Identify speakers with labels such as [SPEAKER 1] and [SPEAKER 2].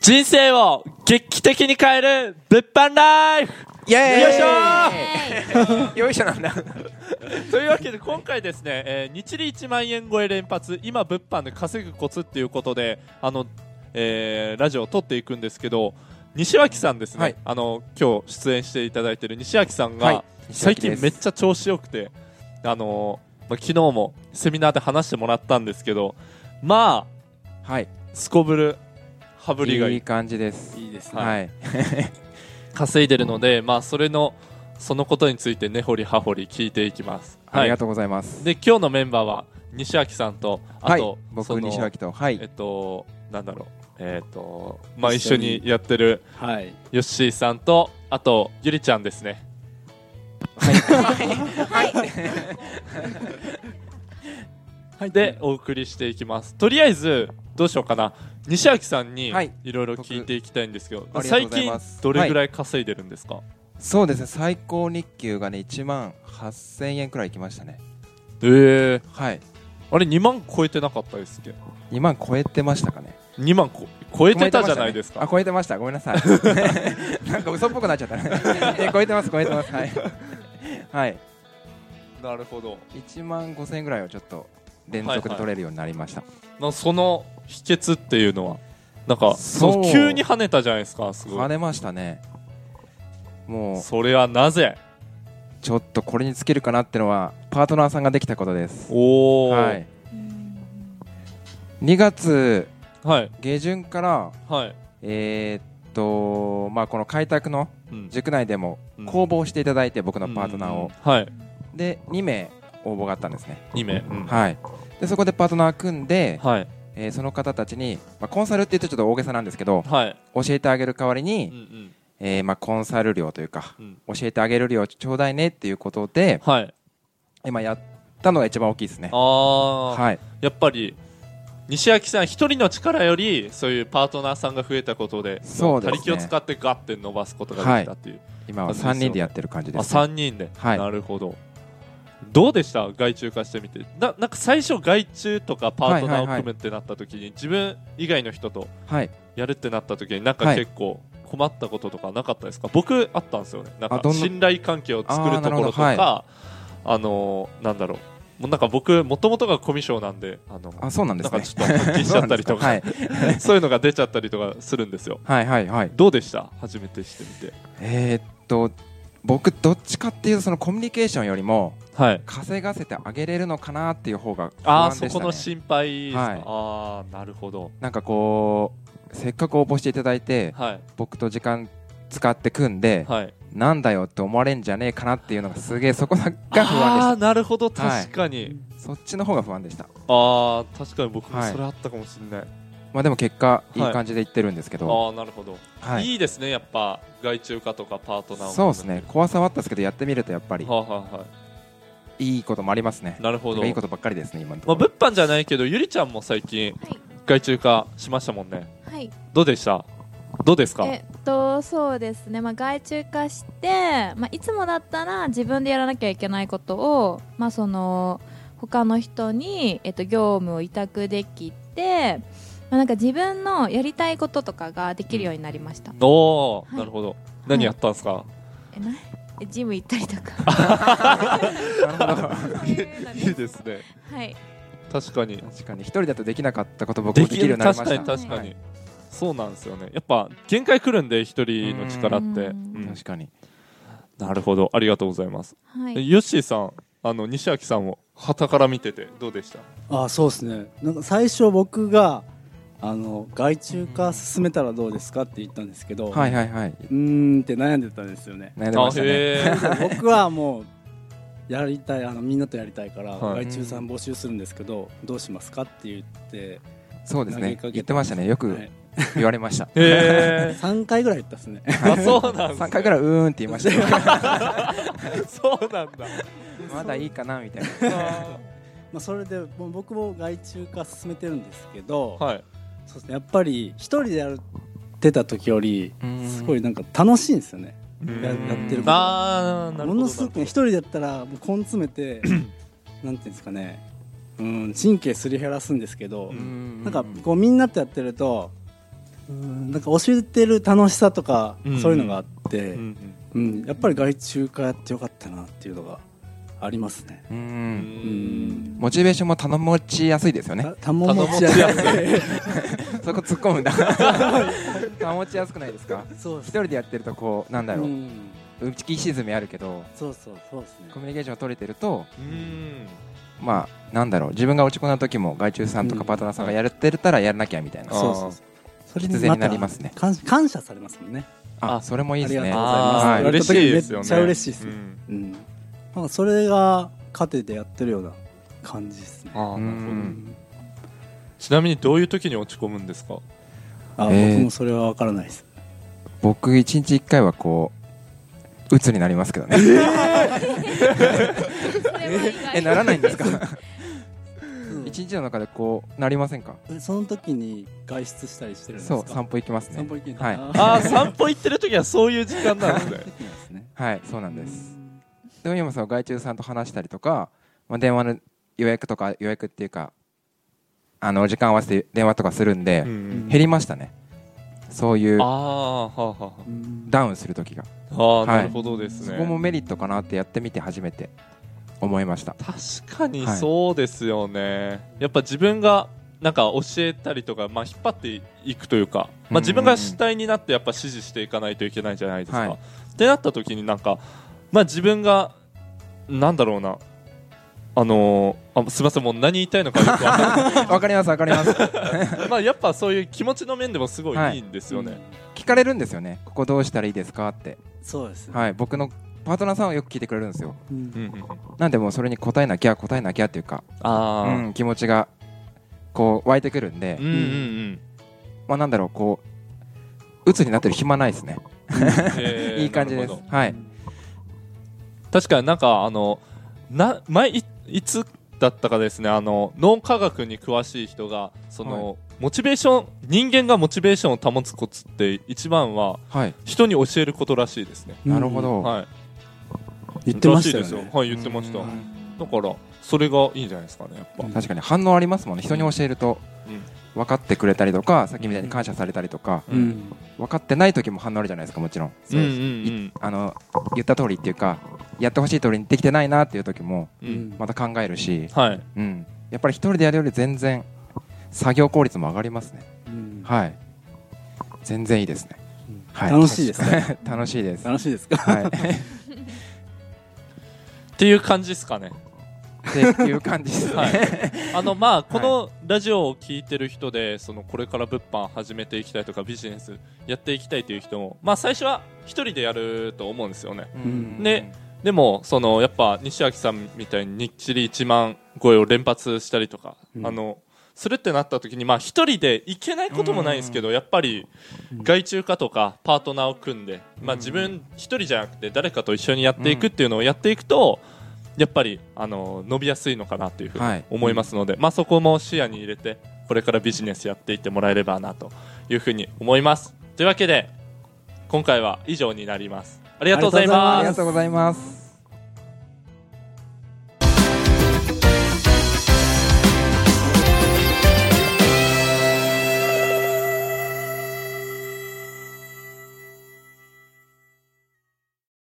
[SPEAKER 1] 人生を劇的に変える物販ライフ
[SPEAKER 2] イエーイ
[SPEAKER 1] よいしょ
[SPEAKER 2] ーよいしょなんだ
[SPEAKER 1] というわけで今回ですね、えー日利1万円超え連発今物販で稼ぐコツっていうことであの、えーラジオを撮っていくんですけど西脇さんですね、
[SPEAKER 2] はい
[SPEAKER 1] あの今日出演していただいてる西脇さんが、
[SPEAKER 2] はい
[SPEAKER 1] 最近めっちゃ調子よくてあのーまあ、昨日もセミナーで話してもらったんですけどまあ
[SPEAKER 2] はい
[SPEAKER 1] すこぶる羽振りがいい
[SPEAKER 2] いい感じです
[SPEAKER 1] いいです
[SPEAKER 2] はい、
[SPEAKER 1] 稼いでるので、まあ、それのそのことについて根掘り葉掘り聞いていきます、
[SPEAKER 2] あ
[SPEAKER 1] は
[SPEAKER 2] り
[SPEAKER 1] い
[SPEAKER 2] が、とうございます
[SPEAKER 1] で今日のメンバーは西脇さんとあ
[SPEAKER 2] はい
[SPEAKER 1] と、そ
[SPEAKER 2] 僕
[SPEAKER 1] の
[SPEAKER 2] 西脇とはい
[SPEAKER 1] えっとなんだろうえっとまあ一
[SPEAKER 3] 一
[SPEAKER 1] 緒
[SPEAKER 3] 緒に
[SPEAKER 1] にやってる
[SPEAKER 3] はい。
[SPEAKER 1] ヨッシーさんとあとゆりちゃんですね はい、でお送りしていきますとりあえずどうしようかな西脇さんに
[SPEAKER 2] はい
[SPEAKER 1] いろいろ聞いていきたいんですけど、
[SPEAKER 2] 僕ありがとう
[SPEAKER 1] 最
[SPEAKER 2] ござい
[SPEAKER 1] 近
[SPEAKER 2] ます
[SPEAKER 1] どれぐらい稼いでるんですか、
[SPEAKER 2] そうですね最高日給がね1万8000円くらいいきましたね
[SPEAKER 1] ええ
[SPEAKER 2] はい
[SPEAKER 1] あれ2万超えてなかったですっけ
[SPEAKER 2] 2万超えてましたかね
[SPEAKER 1] 2万こ超えてたじゃないですか、
[SPEAKER 2] あ超えてましたごめん なさいなんか嘘っぽくなっちゃったねえ超えてます超えてますはい、はい、
[SPEAKER 1] なるほど
[SPEAKER 2] 1万5000円ぐらいをちょっと連続で取れるようになりました、
[SPEAKER 1] なその秘訣っていうのはなんか
[SPEAKER 2] そう
[SPEAKER 1] その急に跳ねたじゃないですかすご
[SPEAKER 2] 跳
[SPEAKER 1] い
[SPEAKER 2] ねましたねもう
[SPEAKER 1] それはなぜ
[SPEAKER 2] ちょっとこれに尽きるかなってのはパートナーさんができたことです
[SPEAKER 1] おお
[SPEAKER 2] はい2月
[SPEAKER 1] はい
[SPEAKER 2] 下旬から
[SPEAKER 1] はい
[SPEAKER 2] えーっとまあこの開拓の
[SPEAKER 1] うん
[SPEAKER 2] 塾内でも
[SPEAKER 1] うん
[SPEAKER 2] 公募をしていただいて僕のパートナーを、
[SPEAKER 1] うんはい
[SPEAKER 2] で2名応募があったんですね
[SPEAKER 1] 2名うん
[SPEAKER 2] はいでそこでパートナー組んで、
[SPEAKER 1] はい
[SPEAKER 2] えーその方たちに、まあ、コンサルって言うとちょっと大げさなんですけど
[SPEAKER 1] はい
[SPEAKER 2] 教えてあげる代わり
[SPEAKER 1] う
[SPEAKER 2] に、
[SPEAKER 1] んうん
[SPEAKER 2] えーまあ、コンサル料というか
[SPEAKER 1] うん
[SPEAKER 2] 教えてあげる量ちょうだいねっていうことで
[SPEAKER 1] はい
[SPEAKER 2] 今やったのが一番大きいですね
[SPEAKER 1] ああ、
[SPEAKER 2] はい
[SPEAKER 1] やっぱり西脇さん一人の力よりそういうパートナーさんが増えたことで
[SPEAKER 2] そうで
[SPEAKER 1] 他
[SPEAKER 2] すね
[SPEAKER 1] 力を使ってガッて伸ばすことができたっていう、
[SPEAKER 2] 今は3人でやってる感じで
[SPEAKER 1] あ
[SPEAKER 2] す、ね、
[SPEAKER 1] 3人で、
[SPEAKER 2] はい
[SPEAKER 1] なるほどどうでした外注化してみてななんか最初外注とかパートナーを
[SPEAKER 2] はいはいはい
[SPEAKER 1] 組むってなった時に、自分以外の人と
[SPEAKER 2] はい
[SPEAKER 1] やるってなった時になんか
[SPEAKER 2] はい
[SPEAKER 1] 結構困ったこととかなかったですか、僕あったんですよねなんか
[SPEAKER 2] あどんな
[SPEAKER 1] 信頼関係を作
[SPEAKER 2] あー
[SPEAKER 1] るところとか
[SPEAKER 2] な
[SPEAKER 1] あ,、
[SPEAKER 2] るほど
[SPEAKER 1] のーなんだろうもうなんか僕もともとがコミュ障なんであの
[SPEAKER 2] あそうなんで
[SPEAKER 1] なん
[SPEAKER 2] す
[SPEAKER 1] かち
[SPEAKER 2] ね
[SPEAKER 1] ょっと発揮しちゃったりとか
[SPEAKER 2] はい、
[SPEAKER 1] そういうのが出ちゃったりとかするんですよ
[SPEAKER 2] はいはいはい
[SPEAKER 1] どうでした初めてしてみて
[SPEAKER 2] えーっと僕どっちかっていうとそのコミュニケーションよりも
[SPEAKER 1] はい
[SPEAKER 2] 稼がせてあげれるのかなっていう方が不
[SPEAKER 1] あ
[SPEAKER 2] 安
[SPEAKER 1] あ
[SPEAKER 2] でした、
[SPEAKER 1] そ
[SPEAKER 2] ね、
[SPEAKER 1] この心配ですか、
[SPEAKER 2] はい
[SPEAKER 1] ああなるほど
[SPEAKER 2] なんかこうせっかく応募していただいて
[SPEAKER 1] はい
[SPEAKER 2] 僕と時間使って組んで、
[SPEAKER 1] はい
[SPEAKER 2] なんだよって思われんじゃねえかなっていうのがすげえそこが不
[SPEAKER 1] ああ
[SPEAKER 2] 安
[SPEAKER 1] ーなるほど
[SPEAKER 2] はい
[SPEAKER 1] 確かに、
[SPEAKER 2] でしたそっちの方が不安でした
[SPEAKER 1] ああ確かに僕も
[SPEAKER 2] はい
[SPEAKER 1] それあったかもしれない、
[SPEAKER 2] まあでも結果
[SPEAKER 1] い
[SPEAKER 2] いい感じでいってるんですけど、
[SPEAKER 1] ああなるほど、、
[SPEAKER 2] はいい、
[SPEAKER 1] いですねやっぱ外注化とかパートナーを
[SPEAKER 2] そうですね怖さはあったんですけどやってみるとやっぱり
[SPEAKER 1] はいはいはい
[SPEAKER 2] いいこともありますね
[SPEAKER 1] なるほど
[SPEAKER 2] いいことばっかりですね今のと
[SPEAKER 1] まあ、
[SPEAKER 2] ころ、
[SPEAKER 1] 物販じゃないけどゆりちゃんも最近
[SPEAKER 4] はい
[SPEAKER 1] 外注化しましたもんね
[SPEAKER 4] はい、
[SPEAKER 1] どうでしたどうですか
[SPEAKER 4] えっとそうですね、まあ、外注化して、まあ、いつもだったら自分でやらなきゃいけないことを、まあ、その他の人に、えっと、業務を委託できて、まあ、なんか自分のやりたいこととかができるようになりました、
[SPEAKER 1] おお、
[SPEAKER 4] はい
[SPEAKER 1] なるほど何やったんですか、
[SPEAKER 4] えなえジム行ったり とか
[SPEAKER 2] なるほど
[SPEAKER 4] そういうの
[SPEAKER 1] い、い
[SPEAKER 4] で
[SPEAKER 1] ですね
[SPEAKER 4] はい
[SPEAKER 1] 確かに
[SPEAKER 2] 確かに一人だとできなかったこと僕
[SPEAKER 1] で
[SPEAKER 2] もでき
[SPEAKER 1] き
[SPEAKER 2] るよう
[SPEAKER 1] る
[SPEAKER 2] になり
[SPEAKER 1] 確
[SPEAKER 2] ま
[SPEAKER 1] か
[SPEAKER 2] し
[SPEAKER 1] に確
[SPEAKER 2] た
[SPEAKER 1] かに、
[SPEAKER 4] はい
[SPEAKER 1] そうなんですよねやっぱ限界くるんで一人の力ってう
[SPEAKER 4] う
[SPEAKER 1] んん
[SPEAKER 2] 確かに
[SPEAKER 1] なるほどありがとうございます、
[SPEAKER 4] はい
[SPEAKER 1] ヨッシーさんあの西脇さんを傍から見ててどうでした
[SPEAKER 3] あ、そうですね。なんか最初僕があの外注化進めたらどうですかって言ったんですけど、
[SPEAKER 2] はいはいはいう。
[SPEAKER 3] ーんって悩んでたんですよね
[SPEAKER 2] 悩んでました
[SPEAKER 1] あ
[SPEAKER 2] ね
[SPEAKER 1] へー
[SPEAKER 3] 僕はもうやりたいあのみんなとやりたいから、
[SPEAKER 1] はい
[SPEAKER 3] 外注さん募集するんですけどどうしますかって言って、
[SPEAKER 2] そうです
[SPEAKER 3] 投げ
[SPEAKER 2] ね
[SPEAKER 3] かけ
[SPEAKER 2] 言ってましたねよく
[SPEAKER 3] はい
[SPEAKER 2] 言われました
[SPEAKER 1] へ
[SPEAKER 3] 3回ぐらい言ったですね。
[SPEAKER 1] ー あそうなんです、ね、
[SPEAKER 2] 3回ぐらいうーんって言いました よ
[SPEAKER 1] そうなんだ
[SPEAKER 2] まだいいかなみたい
[SPEAKER 3] まあそれでもう僕も外注化進めてるんですけど、
[SPEAKER 1] はい
[SPEAKER 3] そうですね。やっぱり一人でやってた時より
[SPEAKER 2] な
[SPEAKER 3] すごいなんか楽しいんですよね。
[SPEAKER 1] うん
[SPEAKER 3] やってること
[SPEAKER 1] あーなる
[SPEAKER 3] も
[SPEAKER 1] ほど
[SPEAKER 3] のすごくね一人だったらもう根詰 めてなんていうんですかねうん神経すり減らすんですけど、
[SPEAKER 1] う
[SPEAKER 3] なんかこうみんなとやってるとうんなんか教えてる楽しさとか、
[SPEAKER 1] うん
[SPEAKER 3] そういうのがあって、
[SPEAKER 1] う
[SPEAKER 3] うん
[SPEAKER 1] ん
[SPEAKER 3] やっぱり外注化やってよかったなっていうのがありますね。
[SPEAKER 2] う
[SPEAKER 1] うん
[SPEAKER 2] ん
[SPEAKER 1] うん
[SPEAKER 2] モチベーションも頼もちやすいですよね
[SPEAKER 3] たも
[SPEAKER 1] た
[SPEAKER 3] 持ち
[SPEAKER 1] も持ちや
[SPEAKER 3] や
[SPEAKER 1] す
[SPEAKER 3] す
[SPEAKER 1] い
[SPEAKER 3] い
[SPEAKER 2] そこ突っ 込むんだ頼もちやすくないですか
[SPEAKER 3] そう
[SPEAKER 2] 一人でやってるとこうなんだろ
[SPEAKER 3] う
[SPEAKER 2] うん浮き沈みあるけど
[SPEAKER 3] そうそうそうですね
[SPEAKER 2] コミュニケーションが取れてると
[SPEAKER 1] うん
[SPEAKER 2] まあなんだろう自分が落ち込んだ時も外注さんとかパートナーさんがやれてるたらやらなきゃみたいな、
[SPEAKER 1] あー
[SPEAKER 3] そうそうそうそ
[SPEAKER 2] 必然になりますね
[SPEAKER 3] 感感謝されますもんね
[SPEAKER 2] あそれもいいですね
[SPEAKER 3] ありがとうございます
[SPEAKER 1] あー
[SPEAKER 2] はい
[SPEAKER 3] 言われ
[SPEAKER 1] 嬉
[SPEAKER 3] た
[SPEAKER 1] しい
[SPEAKER 3] 時
[SPEAKER 1] ですよね
[SPEAKER 3] めっちゃ嬉しいです
[SPEAKER 1] うん
[SPEAKER 3] うんなんかそれが糧でやってるような感じですね
[SPEAKER 1] あーなるほど
[SPEAKER 2] うん
[SPEAKER 1] ちなみにどういう時に落ち込むんですか
[SPEAKER 3] あ、
[SPEAKER 2] えー
[SPEAKER 3] 僕もそれは分からないです
[SPEAKER 2] 僕一日一回はこう鬱になりますけどね えならないんですか 一日の中でこうなりませんか
[SPEAKER 3] えその時に外出したりしてるんです
[SPEAKER 2] そ
[SPEAKER 3] か
[SPEAKER 2] う散歩行きますね
[SPEAKER 3] 散歩行きに
[SPEAKER 2] はい
[SPEAKER 1] ああ散歩行ってる時はそういう時間なんですね
[SPEAKER 3] ー時なんですね
[SPEAKER 2] はいそうなんですでも今その外注さんと話したりとか、まあ、電話の予約とか予約っていうかあの時間合わせて電話とかするんで、
[SPEAKER 1] うん
[SPEAKER 2] 減りましたねそういう
[SPEAKER 1] ああはあは
[SPEAKER 3] うん
[SPEAKER 2] ダウンする時が
[SPEAKER 1] あはあ
[SPEAKER 2] はい
[SPEAKER 1] なるほどですね
[SPEAKER 2] そこもメリットかなってやってみて初めて思いました
[SPEAKER 1] 確かにそうですよね、やっぱ自分がなんか教えたりとか、まあ、引っ張っていくというか、まあ、自分が主体になってやっぱ指示していかないといけないじゃないですか。
[SPEAKER 2] はい
[SPEAKER 1] ってなった時になんか、まあ、自分がなんだろうなあのーあすみませんもう何言いたいのかよくわかんな
[SPEAKER 2] わかりますわかり ます
[SPEAKER 1] い まあやっぱそういう気持ちの面でもすごいいいんですよね。
[SPEAKER 2] 聞かれるんですよねここどうしたらいいですかって
[SPEAKER 3] そうですね
[SPEAKER 2] はい僕のパートナーさんはよく聞いてくれるんですよ
[SPEAKER 3] う
[SPEAKER 1] うん
[SPEAKER 3] ん
[SPEAKER 1] うんうん
[SPEAKER 2] なんでもうそれに答えなきゃ答えなきゃっていうか、
[SPEAKER 1] あ
[SPEAKER 2] う
[SPEAKER 1] ー
[SPEAKER 2] ん、気持ちがこう湧いてくるんで、
[SPEAKER 1] うん うん
[SPEAKER 2] まあなんだろうこう鬱になってる暇ないですね、
[SPEAKER 1] うんえー
[SPEAKER 2] いい感じです
[SPEAKER 1] なるほど
[SPEAKER 2] はい
[SPEAKER 1] 確かになんかあのな前いいつだったかですねあの脳科学に詳しい人がその、モチベーション人間がモチベーションを保つコツって一番は
[SPEAKER 2] はい
[SPEAKER 1] 人に教えることらしいですね、
[SPEAKER 2] なるほど、
[SPEAKER 1] はい
[SPEAKER 3] 言ってまし
[SPEAKER 1] ら
[SPEAKER 3] たよ
[SPEAKER 1] しいです
[SPEAKER 3] ね
[SPEAKER 1] よはい言ってました
[SPEAKER 2] うん
[SPEAKER 1] だからそれがいいんじゃないですかねやっぱ、
[SPEAKER 2] 確かに反応ありますもんね人に教えると
[SPEAKER 1] うん
[SPEAKER 2] 分かってくれたりとかさっきみたいに感謝されたりとか
[SPEAKER 1] う
[SPEAKER 3] うんん
[SPEAKER 2] 分かってない時も反応あるじゃないですかもちろん
[SPEAKER 1] うんうん
[SPEAKER 2] あの言った通りっていうかやってほしい通りにできてないなっていう時も
[SPEAKER 1] うんう
[SPEAKER 3] うん
[SPEAKER 1] うん
[SPEAKER 3] ん
[SPEAKER 2] また考えるし、
[SPEAKER 1] はい
[SPEAKER 2] うん、やっぱり一人でやるより全然作業効率も上がりますね
[SPEAKER 3] うん
[SPEAKER 2] はい全然いいですね、
[SPEAKER 3] うん
[SPEAKER 2] はい、
[SPEAKER 3] 楽しいですね
[SPEAKER 2] ね 楽しいです
[SPEAKER 3] 楽しいですか
[SPEAKER 2] はい
[SPEAKER 1] っていう感じですかね
[SPEAKER 2] っていう感じですね、
[SPEAKER 1] はい あのまあこのラジオを聞いてる人でそのこれから物販始めていきたいとかビジネスやっていきたいという人もまあ最初は一人でやると思うんですよね
[SPEAKER 2] うん
[SPEAKER 1] ねでもそのやっぱ西脇さんみたいに日ちり1万超えを連発したりとか、
[SPEAKER 3] うん
[SPEAKER 1] あのするってなった時にまあ一人でいけないこともないんですけど、やっぱり外注化とかパートナーを組んで、まあ、
[SPEAKER 2] うん
[SPEAKER 1] 自分一人じゃなくて誰かと一緒にやっていくっていうのをやっていくと、やっぱりあの伸びやすいのかなというふうに
[SPEAKER 2] はい
[SPEAKER 1] 思いますので、まあ、そこも視野に入れてこれからビジネスやっていってもらえればなというふうに思いますというわけで今回は以上になりますありがとうござい
[SPEAKER 3] ありがとうござい
[SPEAKER 1] ま
[SPEAKER 3] ま
[SPEAKER 2] あり
[SPEAKER 3] す
[SPEAKER 2] がとうございます